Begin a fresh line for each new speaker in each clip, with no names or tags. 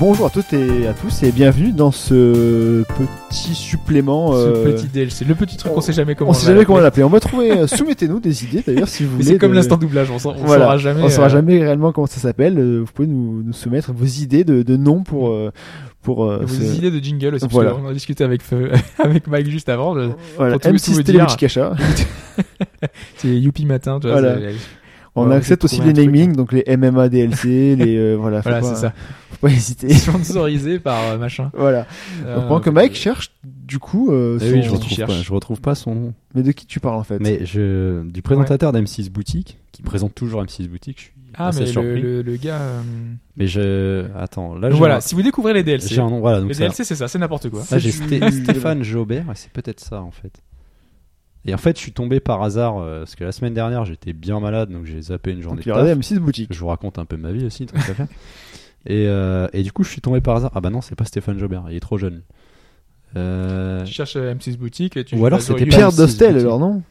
Bonjour à toutes et à tous et bienvenue dans ce petit supplément.
Ce
euh,
petit DLC, le petit truc qu'on sait jamais comment.
on sait jamais comment l'appeler. On va trouver. euh, Soumettez-nous des idées d'ailleurs si vous
Mais
voulez.
c'est comme
de-
l'instant doublage, on, s'en- on
Voilà.
saura jamais.
On saura
euh,
jamais réellement comment ça s'appelle. euh, Vous pouvez nous, nous soumettre vos idées de, de noms pour euh, pour euh,
et
ce-
Vos idées de jingle aussi,
Voilà.
parce qu'on en discutait avec, Feu- avec Mike juste avant. je-
voilà,
pour tout- tout
M6
vous
Télé
dire.
Wichikacha.
C'est Youpi Matin, tu vois.
Voilà.
c'est-
On
Voilà,
accepte
on
aussi
trouve
les
un truc.
namings, donc les MMA DLC, les euh, voilà. Faut
Voilà,
pas,
c'est ça.
Faut pas hésiter.
Sponsorisé par euh, machin.
voilà.
Euh,
Pendant que Mike cherche du coup. euh,
Eh
son-
oui,
je,
je
retrouve
cherche.
pas, je retrouve pas son nom.
Mais de qui tu parles en fait
Mais je, du présentateur d'M6 Boutique, qui présente toujours M6 Boutique, je suis
Ah,
assez
mais le,
surpris.
le, le gars. euh,
Mais je. Attends, là
donc
j'ai
Voilà,
un-
si vous découvrez les DLC.
j'ai un nom. Voilà, donc
Les
ça-
DLC, c'est ça, c'est n'importe quoi.
Là, j'ai
C'est
Sté-
du-
Stéphane Jobert et c'est peut-être ça en fait. Et en fait, je suis tombé par hasard euh, parce que la semaine dernière j'étais bien malade donc j'ai zappé une journée
Donc,
de
il y aurait
taf.
M6 boutique.
Je vous raconte un peu ma vie aussi, tant qu'à faire. Et, euh, et du coup, je suis tombé par hasard. Ah bah non, c'est pas Stéphane Jobert, il est trop jeune. Euh,
Tu cherches euh, M6 Boutique et tu.
Ou
vas
alors,
sur
c'était
YouTube.
Pierre
M6
Dostel
Boutique.
alors non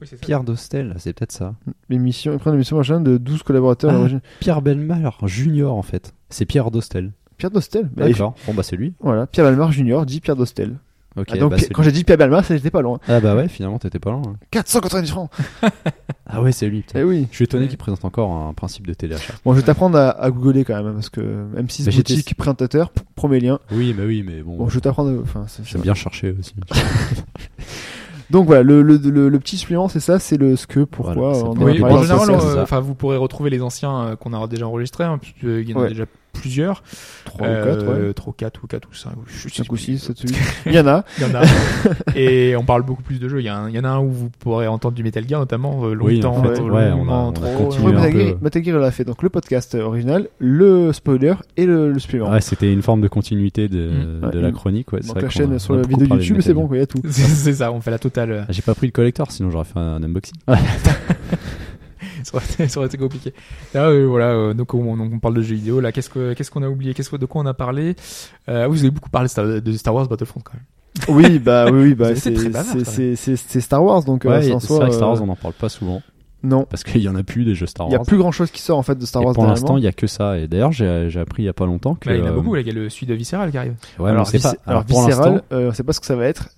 Oui, c'est ça.
Pierre Dostel, c'est peut-être ça.
l'émission, ils prennent l'émission machin de 12 collaborateurs à
Ah.
l'origine.
Pierre Belmar Junior en fait. C'est Pierre Dostel.
Pierre Dostel Bah,
D'accord. Bon bah c'est lui.
il- Voilà, Pierre Balmar Junior dit Pierre Dostel.
Ok.
Ah, donc,
bah,
Pierre-
c'est
quand
lui.
j'ai dit Pierre Balmar, ça j'étais pas loin.
Ah bah ouais, finalement t'étais pas loin. hein.
490 francs
Ah ouais, c'est lui. putain.
Eh oui
Je suis étonné
Ouais.
qu'il présente encore un principe de téléachat.
Bon, je vais t'apprendre à, à googler quand même, hein, parce que M6
Bah, j'étais-
Boutique, présentateur, p- premier lien.
Oui, mais oui, mais bon.
Bon, je vais t'apprendre. euh, Enfin, c'est-
J'aime bien chercher aussi.
Donc voilà, le, le, le, le petit supplément, c'est ça, c'est le ce que, pourquoi.
Voilà, ça
on
peut-
en a
Oui,
Ouais,
parlé
en
par
dans
général,
le
exemple,
on,
c'est
euh,
ça.
enfin, vous pourrez retrouver les anciens euh, qu'on a déjà enregistrés, hein, parce que, euh, il y en a
Ouais.
déjà plusieurs.
3 ou 4,
euh,
ouais.
3 ou 4 Euh, ou 4 ou 5. Je sais
5 ou
plus.
6, 7 ou 8. Il y en a.
Il y en a. et on parle beaucoup plus de jeux. Il y, a un- il y en a un où vous pourrez entendre du Metal Gear, notamment euh,
Oui,
longtemps.
en
euh,
fait, ouais, on a-
longuement,
on a
trop,
Je
continué
euh,
crois que
un
Metal Gear-
peu.
Metal Gear l'a fait. Donc le podcast euh, original, le spoiler et le, le supplément.
Ouais, c'était une forme de continuité de,
Mm.
de
Ouais,
la
une-
chronique. Ouais, Ah, c'est
Donc
vrai
la
qu'on
chaîne
a-
sur
on a
la
beaucoup
vidéo
parlé de
YouTube,
Metal
c'est
Gear.
bon, quoi, il y a tout.
c'est c'est ça, on fait la totale. euh,
Ah, J'ai pas pris le collector, sinon j'aurais fait un unboxing.
Ah,
ça, aurait été, ça aurait été compliqué. Là, euh, voilà, euh, donc, on, donc on parle de jeux vidéo. Là, qu'est-ce que- qu'est-ce qu'on a oublié Qu'est-ce que- De quoi on a parlé euh, ah Oui, vous avez beaucoup parlé de Star- de Star Wars Battlefront quand même.
Oui, bah oui, oui, bah
C'est
c'est
très bavard,
c'est-
quand
c'est c'est c'est Star Wars donc euh,
Ouais,
c'est en
c'est
soi,
vrai que Star
euh,
Wars, on en parle pas souvent
non,
parce qu'il y en a plus des jeux Star
il y a
Wars.
plus grand chose qui sort en fait de Star
Et
Wars
pour l'instant,
dernièrement.
il y a que ça. Et d'ailleurs, j'ai j'ai appris il y a pas longtemps que.
Mais Bah, il y en a
euh,
beaucoup, là, il y a le suite de Visceral qui arrive.
Ouais, mais on sait
Visc-
pas.
alors,
Alors, pour
Visceral,
l'instant,
euh, on sait pas ce que ça va être.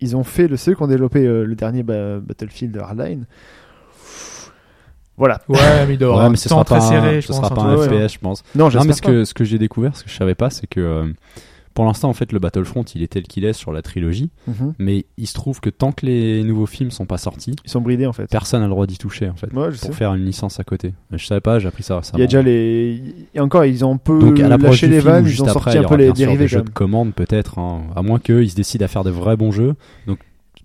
Ils ont fait le ceux qui ont développé euh, le dernier ba- Battlefield Hardline. Voilà.
Ouais, mais il doit avoir
Ouais,
un
mais ce sera
temps
pas
très serré,
un,
je
ce
pense.
sera
un
pas
truc
un
comme ça.
FPS, je pense.
Non,
Non,
j'espère
mais ce
pas.
que, ce que j'ai découvert, ce que je savais pas, c'est que euh, pour l'instant, en fait, le Battlefront, il est tel qu'il est sur la trilogie,
Mhm.
mais il se trouve que tant que les nouveaux films sont pas sortis,
ils sont bridés en fait.
personne n'a le droit d'y toucher, en fait,
Moi, je sais.
pour faire une licence à côté. Mais Je savais pas, j'ai appris ça
Il
récemment.
y a déjà les et encore ils ont un peu
Donc, à l'approche
lâché
du
les
film,
vannes,
ou juste
ils ont
après, il
sorti
y
un
aura
peu les
bien sûr
dérivés quand
des jeux
même.
de commande, peut-être, hein, à moins qu'ils se décident à faire de vrais bons jeux. Donc,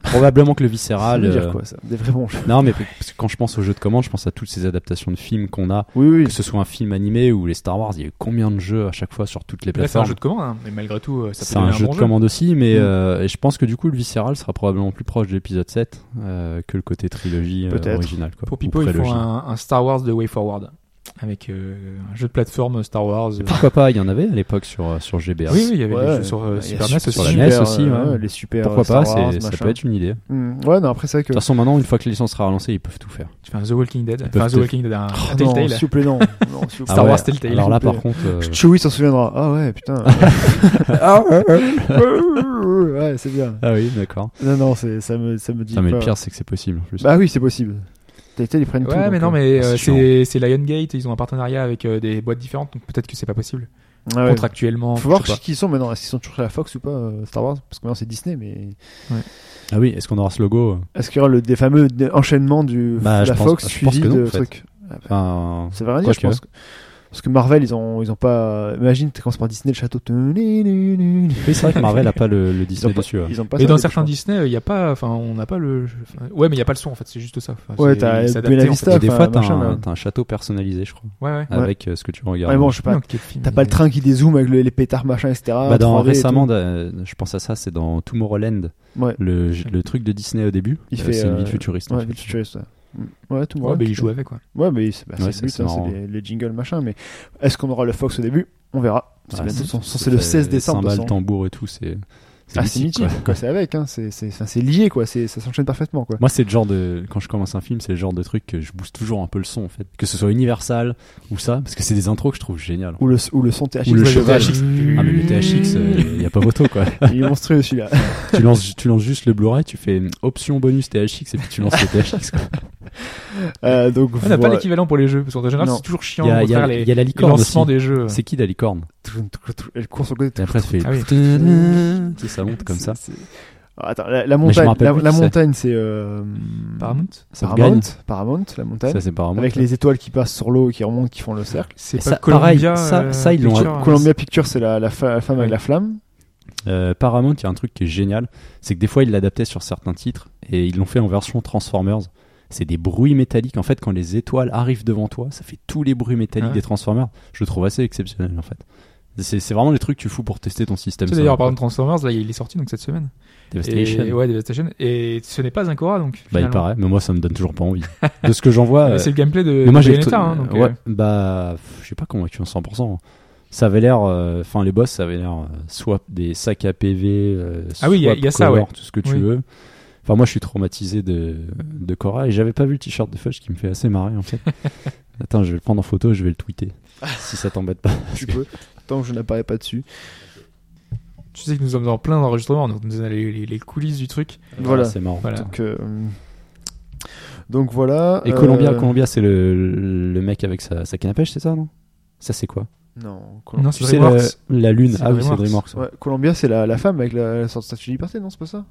probablement que le
Ça
viscéral.
veut dire
euh,
quoi ça Des vrais bons jeux.
Non, mais parce que quand je pense aux jeux de commande, je pense à toutes ces adaptations de films qu'on a
Oui oui.
que ce soit un film animé ou les Star Wars, il y a eu combien de jeux à chaque fois sur toutes les
Là, c'est un
plateformes
jeu de commande, hein, mais malgré tout, euh, ça peut
C'est un
donner
jeu
bon
de commande aussi, mais
Mm.
euh, et je pense que du coup, le viscéral sera probablement plus proche de l'épisode 7 euh, que le côté trilogie euh,
Peut-être.
originale. Quoi,
Pour
ou
Pipo, ils
prélogie.
font un, un Star Wars de Way Forward avec euh, un jeu de plateforme Star Wars. euh.
Pourquoi pas Il y en avait à l'époque sur, euh, sur GBA.
Oui, oui, il y avait
Ouais, Bah,
des jeux sur euh,
il y a
Super NES aussi. hein.
sur la NES. aussi, ouais.
euh, les super
Pourquoi
euh, Star
pas
Wars,
c'est- Ça
machin.
peut être une idée. De
Hmm. Ouais, non, après c'est vrai que
toute façon, maintenant, une fois que la licence sera relancée, ils peuvent tout faire.
Tu fais un The Walking Dead.
peuvent
Enfin, The
te- Oh,
Walking Dead, un,
Ah
un
non,
Telltale.
s'il vous plaît, non. Non, s'il vous plaît.
Star
Ah ouais,
Wars Telltale,
Alors là,
s'il vous
par contre, euh,
Chewie s'en souviendra. Ah ouais, putain. ouais, c'est bien.
ah oui, d'accord.
Non, non, c'est- ça me, ça me dit
Non, mais
pas.
le pire, c'est que c'est possible en plus.
Bah oui, c'est possible. Telltale, ils prennent tout.
Ouais, mais
donc,
non,
euh,
mais
Ah,
euh,
c'est
c'est c'est Liongate et ils ont un partenariat avec euh, des boîtes différentes, donc peut-être que c'est pas possible.
ah ouais.
Contractuellement.
Faut voir
je sais
qui ils sont maintenant. Est-ce qu'ils sont toujours chez la Fox ou pas, euh, Star Wars Parce que maintenant c'est Disney, mais.
Ah oui, est-ce qu'on aura ce logo euh
Est-ce qu'il y aura le des fameux dé- enchaînement du
Bah,
la
je pense-
Fox
je pense
suivi
que non,
de
en fait.
trucs
Enfin,
C'est vrai,
Quoi
je
que.
pense. que- Parce que Marvel, ils ont, ils ont pas. Imagine, tu commences par Disney, le château. Ils
Oui, c'est vrai que Marvel n'a pas le, le Disney
ont pas,
dessus. hein. ouais.
ils ont pas
pas. Mais
ça,
dans
je
certains
pense.
Disney, il y a pas, enfin, on n'a pas le. enfin, Ouais, mais il y a pas le son en fait, c'est juste ça. Enfin,
Ouais,
c'est-
t'as
il s'adaptait,
Buena
en fait.
Vista,
Et des
enfin,
fois, t'as
machin,
un,
là.
t'as un château personnalisé, je crois,
Ouais, ouais.
Ouais.
avec euh, ce que tu regardes.
Ouais, bon, je sais pas.
Non, quel film,
T'as pas
il-
le train qui dézoome avec le- les pétards machin, etc.
Bah, dans,
3D et
récemment,
tout.
euh, je pense à ça, c'est dans Tomorrowland,
Ouais.
le, le truc de Disney au début.
Il
euh,
fait,
c'est une
euh,
ville futuriste. en
Ouais,
fait.
le futuriste, ouais. Mm. Ouais, tout le
Ouais,
monde.
mais il joue avec quoi. Ah,
Ouais, mais c'est bah,
bah, Ouais,
c'est
ça,
le but,
c'est
hein,
marrant.
c'est les, les jingles machin. Mais est-ce qu'on aura le Fox au début On verra. C'est
Ouais,
bientôt
Ah, c'est-
son- son- c'est le 16 décembre. de
cymbales,
toute façon.
tambour et tout, c'est
c'est
Ah,
c'est
si,
mythique,
quoi.
quoi, c'est avec, hein, c'est- c'est enfin, c'est lié, quoi, c'est- ça s'enchaîne parfaitement, quoi.
Moi, c'est le genre de. Quand je commence un film, c'est le genre de truc que je booste toujours un peu le son, en fait. Que ce soit Universal ou ça, parce que c'est des intros que je trouve géniales.
Ou le, ou le son THX.
Ou le
Ouais,
cheval.
THX.
Ah, mais le THX, il n'y a pas photo, quoi.
Il est monstrueux celui-là.
tu, lances, tu lances juste le Blu-ray, tu fais une option bonus THX et puis tu lances le THX, quoi.
Euh, donc,
On n'a pas
voilà.
l'équivalent pour les jeux, parce qu'en général,
Non.
c'est toujours
Il
chiant
y a,
de
il y a-
faire
il
les,
y a la
les
licorne aussi.
lancements des jeux. euh,
C'est qui la licorne
Elle court sur le côté.
Et après, ça fait.
Ah oui.
Tu sais, Ça monte comme ça.
C'est- Attends, la, la
me
montagne,
rappelle
la,
plus
la
qui c'est.
montagne, c'est euh,
Paramount
Ça
Paramount,
gagne.
Paramount, la montagne,
Ça, hein. c'est pas
avec les étoiles qui passent sur l'eau et qui remontent, qui font le cercle.
C'est
Ça,
pas Columbia.
pareil, ça-
euh,
ça, ils l'ont-
Pictures,
Columbia Pictures, c'est la, la, fa- la femme avec
Ouais.
la flamme.
Euh, Paramount, il y a un truc qui est génial, c'est que des fois ils l'adaptaient sur certains titres et ils l'ont fait en version Transformers. C'est des bruits métalliques. En fait, quand les étoiles arrivent devant toi, ça fait tous les bruits métalliques
Ah ouais.
des Transformers. Je le trouve assez exceptionnel en fait. C'est c'est vraiment les trucs que tu fous pour tester ton système.
Tu sais,
sonore.
d'ailleurs, par exemple, Transformers, là, il est sorti donc cette semaine.
Devastation.
Et, ouais, Devastation. Et ce n'est pas un Korra, donc.
Bah, il
finalement. Ah,
paraît, mais moi ça me donne toujours pas envie. De ce que j'en vois.
Mais
euh,
C'est le gameplay de,
mais moi
de
j'ai.
Bayonetta, hein, donc,
ouais,
euh,
bah, pff, je suis pas convaincu en 100%. hein. Ça avait l'air. euh, Enfin, les boss, ça avait l'air euh, soit des sacs à PV, euh,
Ah oui, il y a-
swap
il y a ça,
color,
ouais.
tout ce que tu
Oui.
veux. Enfin, moi, je suis traumatisé de, de Cora et j'avais pas vu le t-shirt de Fudge qui me fait assez marrer en fait. Attends, je vais le prendre en photo, je vais le tweeter. si ça t'embête pas.
Tu peux. Tant que je n'apparais pas dessus.
Tu sais que nous sommes en plein enregistrement, donc nous avons les, les- les coulisses du truc.
Voilà.
Ah, C'est marrant.
Voilà.
Donc, euh, donc voilà.
Et
euh,
Columbia, Columbia c'est le, le mec avec sa, sa canne à pêche, c'est ça, non Ça, c'est quoi
Non, Col-
Non,
Tu
Ah, c'est
sais, la,
DreamWorks.
la lune.
C'est
Ah oui, c'est
DreamWorks.
DreamWorks. ouais.
ouais, Columbia, c'est la, la femme avec la, la sorte de statue de liberté, non, c'est pas ça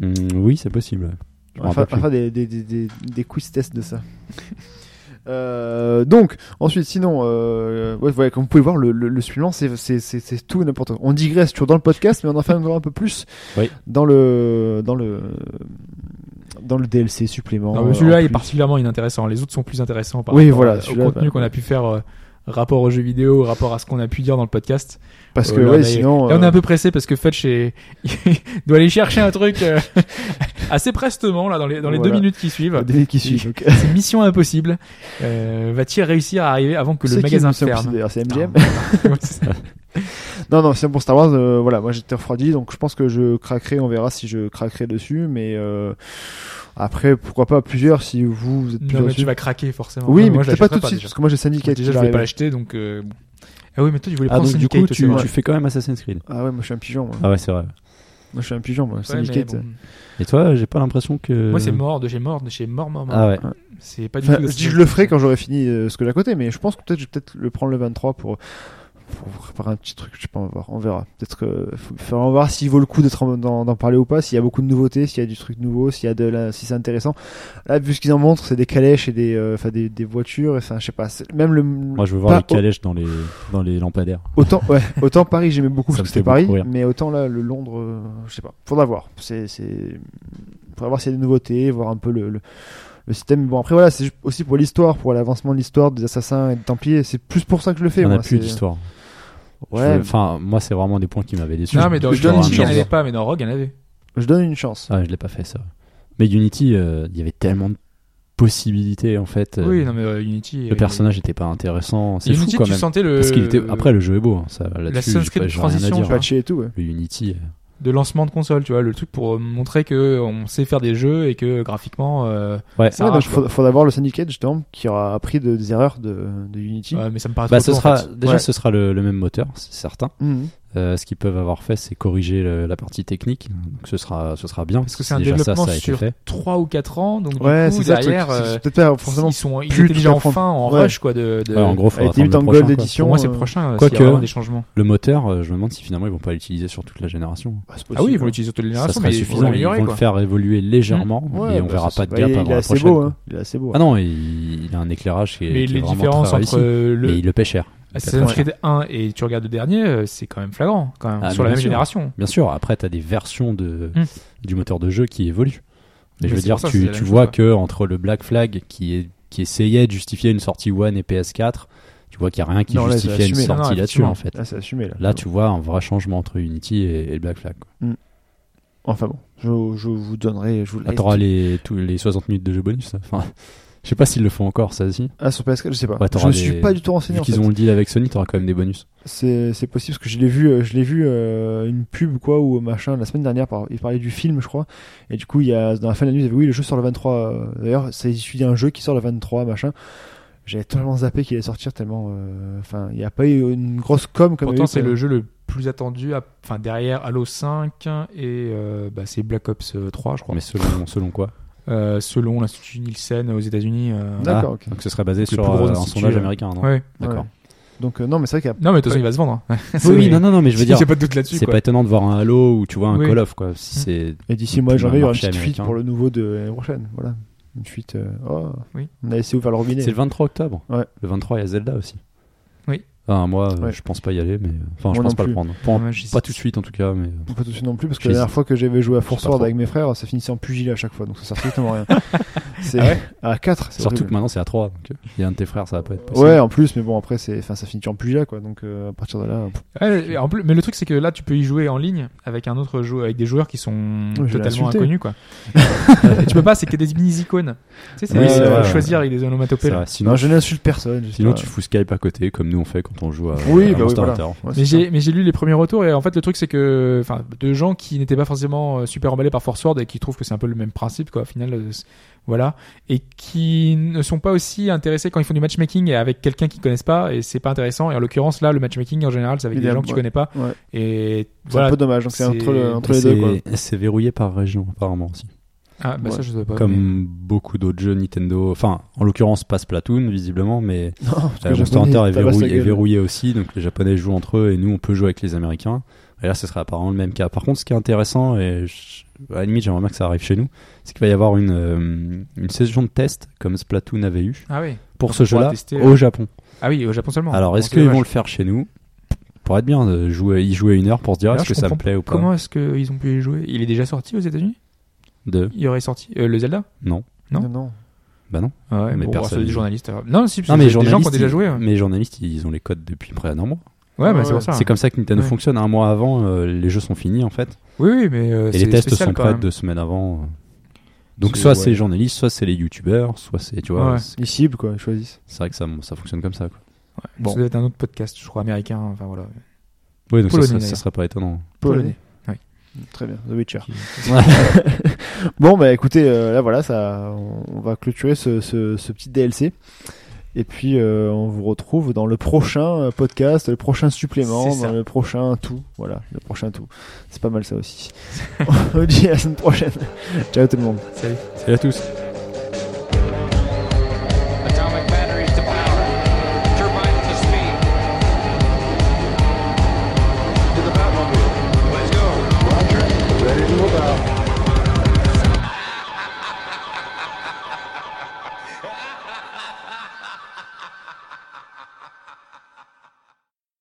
Hum, oui, c'est possible. ouais. Je me
On va faire-
rappelle
on va faire des, des, des, des, des quiz tests de ça. Euh, donc ensuite sinon euh, ouais, voilà, comme vous pouvez voir le, le, le supplément, c'est c'est- c'est- c'est tout et n'importe quoi on digresse toujours dans le podcast mais on en fait encore un peu plus
Oui.
dans le dans le dans le DLC supplément
Non,
euh,
mais
en
Ah celui-là est
plus.
particulièrement inintéressant. Les autres sont plus intéressants par
Oui,
rapport
voilà,
à- au
celui-là,
contenu
bah,
qu'on a pu faire, euh, rapport aux jeux vidéo, rapport à ce qu'on a pu dire dans le podcast.
parce
Euh,
que
là,
ouais,
on est-
sinon
Là, on est
euh,
un peu pressé parce que Fetch est... doit aller chercher un truc euh, assez prestement là dans les, dans les
Voilà.
deux minutes qui suivent.
le délai qui suit donc
C'est mission impossible. Euh, Va-t-il réussir à arriver avant que
c'est
le
qui
magasin
nous sommes
ferme
d'ailleurs, c'est MGM
Ah, ouais, c'est ça.
Non, non, c'est pour Star Wars, euh, voilà, moi j'étais refroidi, donc je pense que je craquerai, on verra si je craquerai dessus, mais euh, après, pourquoi pas plusieurs, si vous, vous êtes
non,
plusieurs
mais
dessus.
tu vas craquer forcément.
Oui,
Moi,
mais
moi, je
peut-être pas tout
l'achèterai
de suite,
déjà.
parce que moi j'ai Syndicate
Déjà,
qui
je voulais
arrive.
pas l'acheter, donc. euh, bon. Ah oui, mais toi, tu voulais
Ah
prendre
donc du
Syndicate
coup
aussi,
tu,
ouais.
tu fais quand même Assassin's Creed.
Ah ouais, moi je suis un pigeon, moi.
Ah ouais c'est vrai.
Moi je suis un pigeon, moi.
Ouais, mais
Syndicate. euh.
bon.
Et toi j'ai pas l'impression que.
Moi, c'est mort de chez mort, de chez mort, mort, mort.
Ah ouais.
C'est pas du
Enfin,
tout.
je dis, je le ferai quand j'aurai fini euh, ce que j'ai à côté, mais je pense que peut-être je vais peut-être le prendre le 23 pour, pour préparer un petit truc, je sais pas, on va voir, on verra. Peut-être que faut faut vraiment voir s'il vaut le coup d'être en- d'en d'en parler ou pas, s'il y a beaucoup de nouveautés, s'il y a du truc nouveau, s'il y a de la, si c'est intéressant. Là, vu ce qu'ils en montrent, c'est des calèches et des, euh, enfin des, des voitures, et enfin je sais pas, c'est- même le.
Moi je veux voir les
pas-
calèches dans les dans les lampadaires.
Autant, ouais, autant Paris, j'aimais beaucoup
Ça
parce que
me fait
c'était Paris,
beaucoup rire.
mais autant là, le Londres, euh, je sais pas. Faudra voir. C'est, c'est, faudra voir s'il y a des nouveautés, voir un peu le, le, le système. Bon, après, voilà, c'est ju- aussi pour l'histoire, pour l'avancement de l'histoire des assassins et des templiers. C'est plus pour ça que je le fais.
On a
moi,
plus
c'est-
d'histoire. Je
Ouais.
veux- Enfin moi c'est vraiment des points qui m'avaient déçu.
Non, mais dans
je donne
Unity,
une
il n'y en
chance.
avait pas, mais dans Rogue, il y en avait.
Je donne une chance.
Ah je l'ai pas fait ça. Mais Unity euh, il y avait tellement de possibilités en fait. euh,
Oui, non, mais euh, Unity.
Le personnage était pas intéressant. C'est fou
Unity,
quand
tu
même.
sentais le.
Parce qu'il était après le jeu est beau. hein, Ça
La
là-dessus
seule
j'ai pas- j'ai rien à
transition,
dire.
tu vois.
Patché et tout, ouais.
Le Unity. euh,
de lancement de console, tu vois, le truc pour euh, montrer que on sait faire des jeux et que graphiquement, euh,
Ouais.
ça
Ouais, bah, donc,
arrache, quoi.
faudra, faudra voir le syndicate, justement, qui aura appris de- des erreurs de, de Unity.
Ouais, mais ça me paraît
Bah
trop
ce
tôt, en
sera
fait.
déjà
Ouais.
ce sera le le même moteur c'est certain.
Mhm.
Euh, ce qu'ils peuvent avoir fait, c'est corriger le- la partie technique. Donc ce sera, ce sera bien.
parce que c'est un
Déjà,
développement
ça, ça a été
sur
fait.
3 ou 4 ans, donc
Ouais,
du
c'est
coup
ça. le truc.
derrière,
C'est-
euh,
c'est peut-être pas forcément.
ils sont, ils
plus
étaient déjà
tout à prendre.
enfin en
Ouais.
rush quoi de. de...
Ouais, en gros,
Elle
faudra
était limite en
attendre le
gold
prochain, quoi.
edition.
pour moi, c'est
euh,
prochain. euh, s'il
Quoique-
y a vraiment des changements.
Le moteur, euh, je me demande si finalement ils vont pas l'utiliser sur toute la génération.
bah, c'est
Ah oui,
possible,
ils vont
hein.
l'utiliser sur toutes les
Ça
générations,
sera
mais ils vont
suffisant. Ils vont
l'améliorer
le
quoi. Mmh.
faire évoluer légèrement
Ouais,
et on
bah,
verra
c'est-
pas de
bah,
gap
il-
avant
Il est
la
assez
prochaine,
beau,
quoi.
hein. Il est assez beau.
Ah non, il, il a un éclairage qui est,
Mais
qui est
les
vraiment
différences
très réussi.
entre euh,
Mais
le
il le pêche cher.
Assassin's
Ouais.
Creed 1 et tu regardes le dernier, euh, c'est quand même flagrant quand même,
Ah,
sur
mais
la même
bien sûr.
génération.
Bien sûr, après t'as des versions de,
Hmm.
du moteur de jeu qui évoluent. Mais
Mais
je veux
c'est
dire,
pour ça, c'est
tu,
la
tu
même
vois
chose, hein.
que entre le Black Flag qui, est, qui essayait de justifier une sortie One et PS4, tu vois qu'il n'y a rien qui
Non, là, c'est
justifiait une
assumé.
Non, non,
sortie là-dessus
effectivement.
en fait.
Là, Ah, c'est assumé. Là,
Là, tu vois un vrai changement entre Unity et, et le Black Flag. Quoi.
Enfin bon, je, je vous donnerai. Je vous
Là, t'auras les, tous les 60 minutes de jeu bonus. hein. Enfin, Je sais pas s'ils le font encore, ça aussi.
Ah, sur PS4, je sais pas.
Bah,
je
t'auras
me
des-
suis pas du tout renseigné.
Vu
en
qu'ils
fait.
ont le deal avec Sony, t'auras quand même des bonus.
C'est c'est possible parce que je l'ai vu, euh, je l'ai vu euh, une pub quoi ou machin la semaine dernière. Par, il parlait du film, je crois. Et du coup, il y a dans la fin de la news, il y avait, oui, le jeu sort le 23. euh, D'ailleurs, c'est issu d'un jeu qui sort le 23, machin. J'avais tellement zappé qu'il allait sortir tellement. euh, Enfin, il n'y a pas eu une grosse com comme. il y a
Pourtant,
eu,
c'est
quoi.
le jeu le plus attendu, à- enfin derrière Halo 5 et euh, bah, c'est Black Ops 3, je crois.
Mais selon, selon quoi
Euh, selon l'Institut Nielsen aux États-Unis. euh,
D'accord.
Ah,
ok.
Donc ce serait basé
le
sur
plus gros
euh, un
institut,
sondage
euh,
américain, non
ouais.
D'accord.
Donc euh, non, mais c'est vrai qu'il y a.
Non, mais de toute façon, il va se vendre. hein.
Oui, oui,
C'est-
non, non, non, mais je veux dire,
J'ai pas de doute là-dessus.
c'est
quoi.
pas étonnant de voir un Halo ou tu vois un
Oui.
Call of, quoi. Si c'est
Et d'ici le mois de
Tout le
janvier, il y aura une
marché
petite fuite
américain.
pour le nouveau de l'année prochaine. Voilà, une fuite. euh, oh.
Oui.
On a essayé d'ouvrir le robinet.
c'est le 23 octobre.
Ouais.
Le 23, il y a Zelda aussi.
Oui.
Enfin, moi, euh,
Ouais.
je pense pas y aller, mais. Enfin, je
Moi
pense
non
pas le
plus.
prendre. Pas,
Ouais, j'hésite.
pas tout de suite, en tout cas, mais.
Pas tout de suite non plus, parce que
J'hésite.
la dernière fois que j'avais joué à
Je sais pas
Forsword
trop.
avec mes frères, ça finissait en pugilat à chaque fois, donc ça sert strictement à rien. C'est
Ah ouais
à 4, c'est
Surtout que
horrible.
maintenant, c'est à 3. Donc, euh, il y a un de tes frères, ça va pas être possible.
Ouais, en plus, mais bon, après, c'est, enfin, ça finit en pugilat, quoi, donc euh, à partir de là. pff.
Ouais, en plus, mais le truc c'est que là tu peux y jouer en ligne avec un autre joueur, avec des joueurs qui sont
je l'ai
totalement
insulté.
inconnus quoi. Et tu peux pas, c'est que des mini icônes. Tu sais, c'est
Oui, c'est
euh,
vrai,
choisir avec des
C'est
onomatopées. là.
vrai.
Non,
Sinon,
je n'insulte personne. je sais
sinon
pas.
tu fous Skype à côté, comme nous on fait quand on joue à,
Oui,
à
bah oui,
Monster
voilà.
Hunter.
Ouais, c'est
Mais
ça.
j'ai, mais j'ai lu les premiers retours et en fait le truc c'est que enfin de gens qui n'étaient pas forcément euh, super emballés par Force Word et qui trouvent que c'est un peu le même principe quoi au final euh, c- voilà et qui ne sont pas aussi intéressés quand ils font du matchmaking et avec quelqu'un qu'ils connaissent pas et c'est pas intéressant et en l'occurrence là le matchmaking en général c'est avec
Il
des
est-
gens que tu
ouais.
connais pas
Ouais.
et
C'est
voilà
un peu dommage, donc c'est,
c'est-
entre, le- entre
Et
les deux, quoi.
c'est- C'est verrouillé par région, apparemment aussi.
ah bah ça
Ouais.
je savais pas mais-
Comme beaucoup d'autres jeux Nintendo. Enfin, en l'occurrence, pas Splatoon, visiblement, mais
Non, parce que
euh, Monster
Japonais,
Hunter est
tabasse la
verrouillé, est
gueule.
verrouillé aussi, donc les Japonais jouent entre eux et nous, on peut jouer avec les Américains. Et là, ce sera apparemment le même cas. Par contre, ce qui est intéressant, et je- à la limite, j'aimerais bien que ça arrive chez nous, c'est qu'il va y avoir une, euh, une session de test, comme Splatoon avait eu,
ah oui
pour
Donc,
ce
on pourra
jeu-là,
tester, euh,
au Japon.
ah oui au Japon seulement
Alors,
Bon,
est-ce
c'est
qu'ils
dommage.
vont le faire chez nous Pour être bien, de jouer, y jouer une heure pour se dire
Alors,
est-ce que
je
ça me
comprends
plaît ou pas
comment est-ce qu'ils ont pu y jouer il est déjà sorti aux États-Unis
De
il aurait sorti euh, le Zelda
Non.
Non.
Non, non.
Bah non.
Ah ouais,
Mais
bon,
personne-
c'est des journalistes euh, non si parce
Non,
que
mais
c'est des gens qui
journalistes,
ont déjà joué hein.
ils-
ouais
mais journalistes, ils ont les codes depuis près d'un mois.
Ouais, mais
Ouais,
c'est pour ça
C'est comme ça que Nintendo
Ah. Ouais.
fonctionne. Un mois avant, euh, les jeux sont finis en fait.
Oui, oui, mais euh,
Et
c'est
les tests
spécial
sont
quand
prêts
même.
deux semaines avant. euh. Donc
C'est-
soit
ouais.
c'est les journalistes, soit c'est les youtubeurs, soit c'est tu vois.
Ouais.
C'est
Ils ciblent, quoi, ils choisissent.
c'est vrai que ça, ça fonctionne comme ça. Quoi.
Ouais,
Bon.
Ça doit être un autre podcast, je crois, américain. Enfin voilà.
Oui, donc ça
Polonais,
serait, ça
d'ailleurs.
serait pas étonnant.
Polonais.
Très bien, The Witcher.
Qui-
Bon, bah écoutez, euh, là voilà, ça, on, on va clôturer ce, ce- ce petit DLC. Et puis, euh, on vous retrouve dans le prochain euh, podcast, le prochain supplément,
C'est ça.
dans le prochain tout. Voilà, le prochain tout. C'est pas mal ça aussi. on vous dit à la semaine prochaine. Ciao tout le monde.
Salut.
Salut à tous.